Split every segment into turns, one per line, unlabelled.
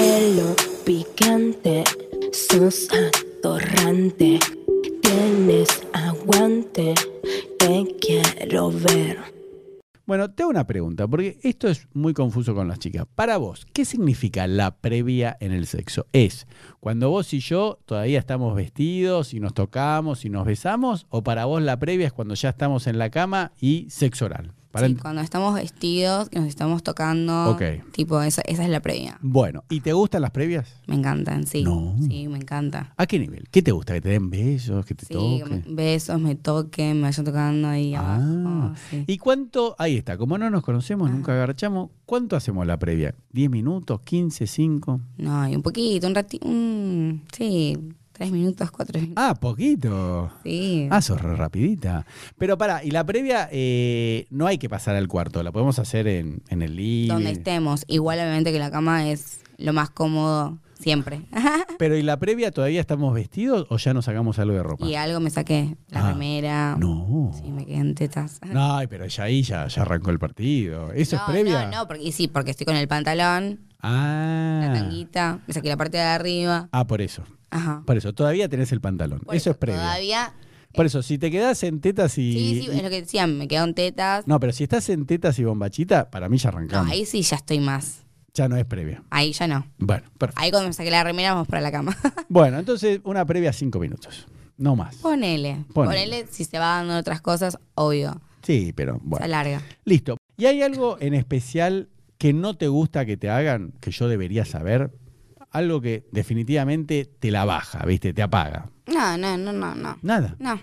pelo picante, sos atorrante, tienes aguante, te quiero ver.
Bueno, te hago una pregunta, porque esto es muy confuso con las chicas. Para vos, ¿qué significa la previa en el sexo? ¿Es cuando vos y yo todavía estamos vestidos y nos tocamos y nos besamos? ¿O para vos la previa es cuando ya estamos en la cama y sexo oral? Para
Sí,
ent-
cuando estamos vestidos, que nos estamos tocando.
Ok.
Tipo, esa, esa es la previa.
Bueno, ¿y te gustan las previas?
Me encantan, sí.
No.
Sí, me encanta.
¿A qué nivel? ¿Qué te gusta? ¿Que te den besos? ¿Que te
Sí,
toquen?
me- besos, me toquen, me vayan tocando ahí
Ah,
abajo. Oh, sí. Ah.
¿Y cuánto? Ahí está, como no nos conocemos, nunca agarchamos, ¿cuánto hacemos la previa? ¿10 minutos? ¿15? ¿5?
No, y un poquito, un ratito, un... Sí, tres minutos, cuatro minutos.
Ah, poquito.
Sí.
Ah, sos re rapidita. Pero para, y la previa eh, no hay que pasar al cuarto, la podemos hacer en, en el
donde
living.
estemos. Igual obviamente que la cama es lo más cómodo siempre.
Pero ¿y la previa todavía estamos vestidos o ya nos sacamos algo de ropa?
y algo me saqué, la
Ah,
remera.
No.
Sí, me quedé en tetas.
No, ay, pero ya ahí ya, ya arrancó el partido. ¿Eso
No,
es previa?
No, no, porque, y sí, porque estoy con el pantalón, la
Ah.
tanguita, me saqué la parte de arriba.
Ah, por eso.
Ajá.
Por eso, todavía tenés el pantalón.
Por
eso es previa.
Todavía,
Por eso, si te quedás en tetas y.
sí, sí,
y-
es lo que decían, me quedo en tetas. No,
No, pero si estás en tetas y bombachita, para mí ya arrancamos.
ahí sí ya estoy más.
Ya no es previa.
Ahí ya no.
Bueno, perfecto.
Ahí cuando me saqué la remera vamos para la cama.
Bueno, entonces una previa cinco minutos. No más.
Ponele.
Ponele.
Ponele. si se va dando otras cosas, obvio.
Sí, pero bueno.
Se alarga.
Listo. ¿Y hay algo en especial que no te gusta que te hagan, que yo debería saber? Algo que definitivamente te la baja, ¿viste? Te apaga.
No, no, no, no, no.
Nada.
No.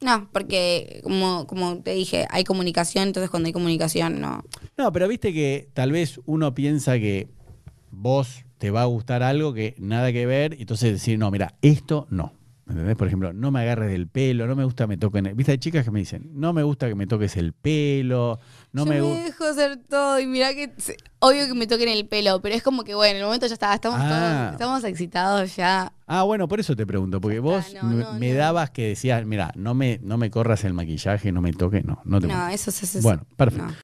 No, porque como, como te dije, hay comunicación, entonces cuando hay comunicación, no.
No, pero viste que tal vez uno piensa que vos te va a gustar algo que nada que ver, y entonces decir, no, mira, esto no. ¿Entendés? Por ejemplo, no me agarres del pelo, no me gusta que me toquen. el- Viste, hay chicas que me dicen, no me gusta que me toques el pelo, no
Yo
me
me,
gusta.
dejo hacer todo y mirá que se- obvio que me toquen el pelo, pero es como que bueno, en el momento ya está, estamos
Ah.
todos, estamos excitados ya.
Ah, bueno, por eso te pregunto, porque vos
no,
me,
no,
me
no.
dabas que decías, mira, no me, no me corras el maquillaje, no me toques, no, no te
No,
molestes".
eso es eso.
Bueno, perfecto.
no.